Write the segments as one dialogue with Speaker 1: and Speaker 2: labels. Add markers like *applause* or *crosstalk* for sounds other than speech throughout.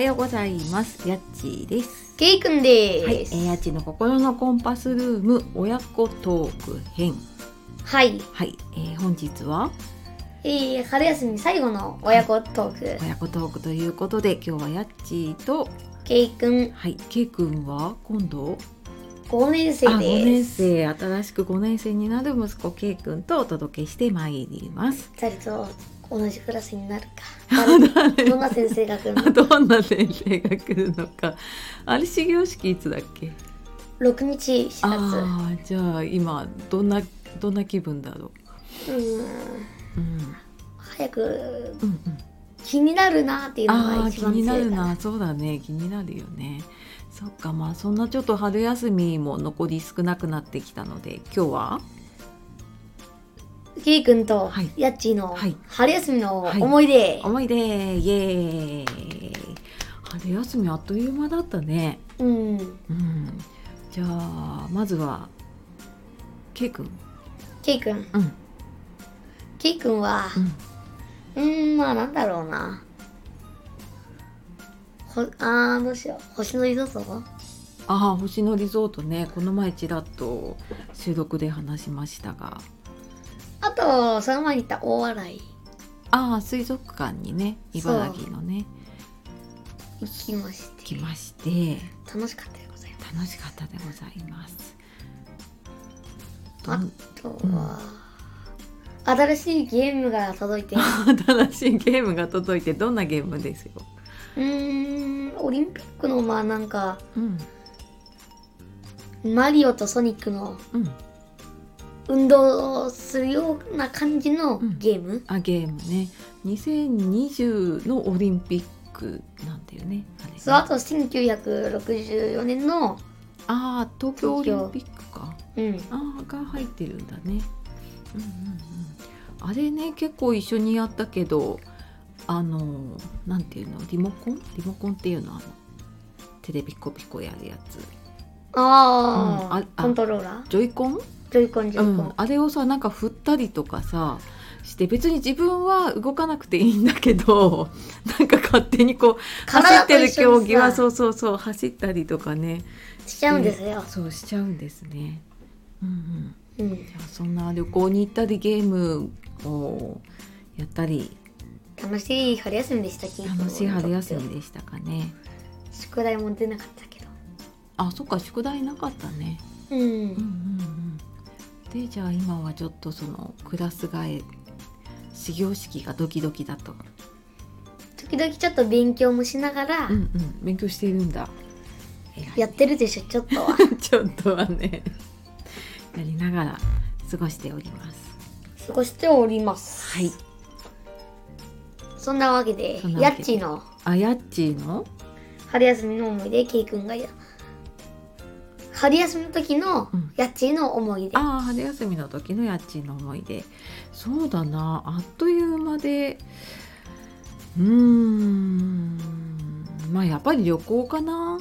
Speaker 1: ようございます。やっちーです。
Speaker 2: ケイくんで
Speaker 1: はい、え
Speaker 2: す。
Speaker 1: ー、やっちーの心のコンパスルーム親子トーク編。
Speaker 2: はい、
Speaker 1: はい、えー、本日は
Speaker 2: えー春休み最後の親子トーク。
Speaker 1: 親子トークということで、今日はやっちーと、
Speaker 2: ケイくん、
Speaker 1: はい、けいくんは今度、
Speaker 2: 5年
Speaker 1: あ、
Speaker 2: 生
Speaker 1: 5
Speaker 2: で
Speaker 1: 年
Speaker 2: す。
Speaker 1: 生、新しく5年生になる息子けいくんとお届けしてまいり *laughs* ます。
Speaker 2: 二人と同じクラスにな
Speaker 1: *laughs*
Speaker 2: るか。どんな先生が来るの
Speaker 1: どんな先生が来るのか。あれ、始業式いつだっけ
Speaker 2: ?6 日、4
Speaker 1: ああー、じゃあ今、どんな、どんな気分だろ
Speaker 2: 月。うーん、
Speaker 1: う。うん。
Speaker 2: 早く
Speaker 1: うんうん、
Speaker 2: 気になるなっていうの
Speaker 1: あ
Speaker 2: が
Speaker 1: あ
Speaker 2: 一
Speaker 1: 気
Speaker 2: 番強
Speaker 1: に
Speaker 2: いか
Speaker 1: な
Speaker 2: な。
Speaker 1: るなそうだね気になるよねそっかまあそんなちょっと春休みも残り少なくなってきたので今日は
Speaker 2: ケイくんと
Speaker 1: はい
Speaker 2: やっちーの
Speaker 1: はい
Speaker 2: 春休みの思い出。
Speaker 1: 思い出イエーイ春休みあっという間だったね
Speaker 2: うん。
Speaker 1: うんじゃあまずはケイ君
Speaker 2: ケイくん、
Speaker 1: うん
Speaker 2: ケイくんは、
Speaker 1: うん
Speaker 2: うーん、まあなんだろうな。ほ、あー、どうしよう。星のリゾート
Speaker 1: ああ星野リゾートねこの前ちらっと収録で話しましたが
Speaker 2: あと、その前に行った大洗行
Speaker 1: ああ水族館にね茨城のね
Speaker 2: きまして、
Speaker 1: 来まして
Speaker 2: 楽しかったでございま
Speaker 1: 楽しかったでございます。ど
Speaker 2: あ
Speaker 1: ん
Speaker 2: す。あとは、新しいゲームが届
Speaker 1: *laughs*
Speaker 2: いて、う
Speaker 1: 新しいゲームが届いてどんなゲームですよ。
Speaker 2: ーん、オリンピックの、まあなんか、
Speaker 1: うん
Speaker 2: マリオとソニックの
Speaker 1: うん。
Speaker 2: 運動をするような感じの
Speaker 1: うん
Speaker 2: ゲーム、
Speaker 1: あゲームね。2020のオリンピックなんだよね。あれね
Speaker 2: そう、あと1964年の、
Speaker 1: あー東京オリンピックか。
Speaker 2: うん、
Speaker 1: ああが入ってるんだね。うんうんうん。あれね結構一緒にやったけど、あのなんていうのリモコンリモコンっていうのあのテレビコピコやるやつ。う
Speaker 2: あー、
Speaker 1: んああ
Speaker 2: コントローラー
Speaker 1: ジョイコン？
Speaker 2: ジョイコンジョイコン、
Speaker 1: うん、あれをさなんか振ったりとかさして別に自分は動かなくていいんだけど *laughs* なんか勝手にこう走
Speaker 2: 体
Speaker 1: っ
Speaker 2: と
Speaker 1: てる
Speaker 2: 一緒
Speaker 1: 競技
Speaker 2: に
Speaker 1: は
Speaker 2: さ
Speaker 1: そうそうそう走ったりとかね
Speaker 2: しちゃうんですよ、
Speaker 1: そうしちゃうんですね。うんうん、
Speaker 2: うん
Speaker 1: じ、ゃあそんな旅行に行ったりゲームをやったり
Speaker 2: 楽しい春休みでしたき
Speaker 1: 楽しい春休みでしたかね。
Speaker 2: 宿題も出なかったけど
Speaker 1: あそっか宿題なかったね。
Speaker 2: う
Speaker 1: うんうん
Speaker 2: ん
Speaker 1: うん、でじゃあ今はちょっとそのクラス替え始業式がドキドキだと。
Speaker 2: 時々ちょっと勉強もしながら
Speaker 1: うんうん、勉強しているんだ。
Speaker 2: やってるでしょちょっとは
Speaker 1: *laughs* ちょっとはね、 *laughs* やりながら過ごしております。
Speaker 2: 過ごしております
Speaker 1: はい。
Speaker 2: そんなわけで
Speaker 1: そんなわ
Speaker 2: や
Speaker 1: け
Speaker 2: っ
Speaker 1: で
Speaker 2: ちーの
Speaker 1: あやっちーの、
Speaker 2: 春休みの思い出ケイくんがや春休みの時の
Speaker 1: うん
Speaker 2: やっちーの思い出、
Speaker 1: ああ春休みの時のやっちーの思い出。そうだな、あっという間で、うーん、まあやっぱり旅行かな。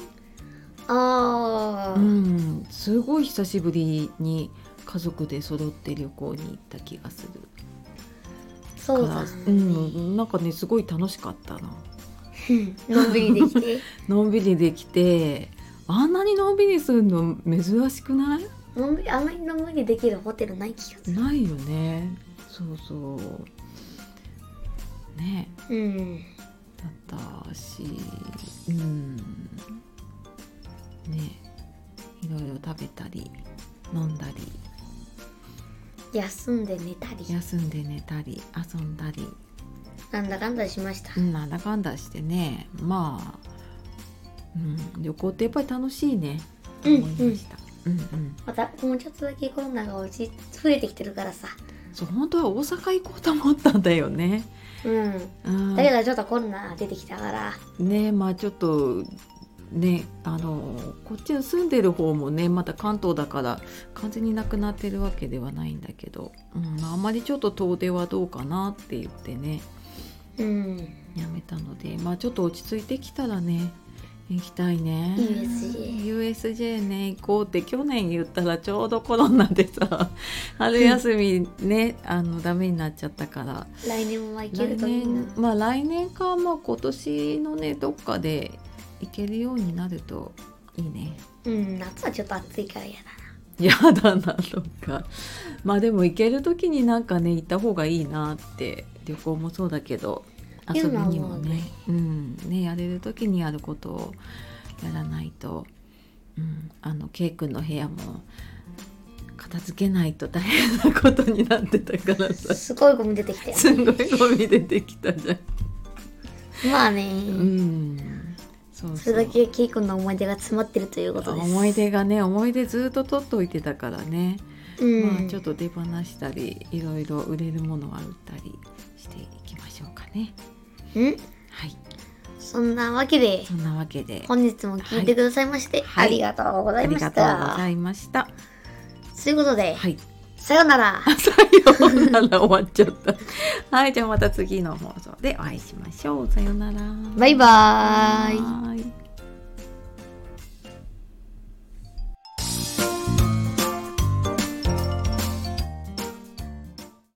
Speaker 2: あ
Speaker 1: う
Speaker 2: ー
Speaker 1: ん、すごい久しぶりに家族で揃って旅行に行った気がする。
Speaker 2: そうだ、
Speaker 1: う
Speaker 2: ね
Speaker 1: ん、なんかねすごい楽しかったな。
Speaker 2: のんびりできて
Speaker 1: のんびりできてあんなにのんびりするの珍しくない
Speaker 2: のんびりあんまりのんびりできるホテルない気がする
Speaker 1: ないよねそうそうね
Speaker 2: うん
Speaker 1: だったしうんねいろいろ食べたり飲んだり
Speaker 2: 休んで寝たり
Speaker 1: 休んで寝たり遊んだり
Speaker 2: なんだかんだしました
Speaker 1: うんなんだかんだしてねまあ、うん、旅行ってやっぱり楽しいねと
Speaker 2: うん
Speaker 1: 思いました。うんうん
Speaker 2: またもうちょっとだけコロナが落ち増えてきてるからさ
Speaker 1: そう本当は大阪行こうと思ったんだよね。
Speaker 2: うん
Speaker 1: うん、
Speaker 2: だけどちょっとコロナ出てきたから
Speaker 1: ねまあちょっとねあのこっちの住んでる方もねまた関東だから完全になくなってるわけではないんだけど、うん、あんまりちょっと遠出はどうかなって言ってね
Speaker 2: うん
Speaker 1: やめたのでまあちょっと落ち着いてきたらね行きたいね
Speaker 2: USJ
Speaker 1: USJ ね行こうって去年言ったらちょうどコロナでさ *laughs* 春休みねあのダメになっちゃったから
Speaker 2: 来年もまあ行け
Speaker 1: 来
Speaker 2: るといいな
Speaker 1: 年まあ来年かまあ今年のねどっかで行けるようになるといいね
Speaker 2: うん夏はちょっと暑いからやだ
Speaker 1: *laughs* やだなとかまあでも行ける時になんかね行った方がいいなって旅行もそうだけど遊びにもねうん、ねやれる時にやることをやらないと、うん、あの K 君の部屋も片付けないと大変なことになってたからさ *laughs*
Speaker 2: なすごいゴミ出てきたよ
Speaker 1: すんごいゴミ出てきたじゃん。
Speaker 2: まあね、
Speaker 1: うん、そう
Speaker 2: それだけケイ君の思い出が詰まってるということです
Speaker 1: 思い出がね思い出ずっと取っといてたからね、
Speaker 2: うん、
Speaker 1: まあちょっと出放したりいろいろ売れるものは売ったりしていきましょうかね
Speaker 2: うん
Speaker 1: はい
Speaker 2: そんなわけで
Speaker 1: そんなわけで
Speaker 2: 本日も聞いてくださいまして、
Speaker 1: はい
Speaker 2: ありがとうござ
Speaker 1: あ
Speaker 2: い
Speaker 1: りが
Speaker 2: まし
Speaker 1: とう
Speaker 2: た、
Speaker 1: ございました
Speaker 2: ということで、
Speaker 1: はい
Speaker 2: さようなら
Speaker 1: あさようなら終わっちゃった *laughs* はいじゃあまた次の放送でお会いしましょうさようなら
Speaker 2: バイバーイ
Speaker 1: バイ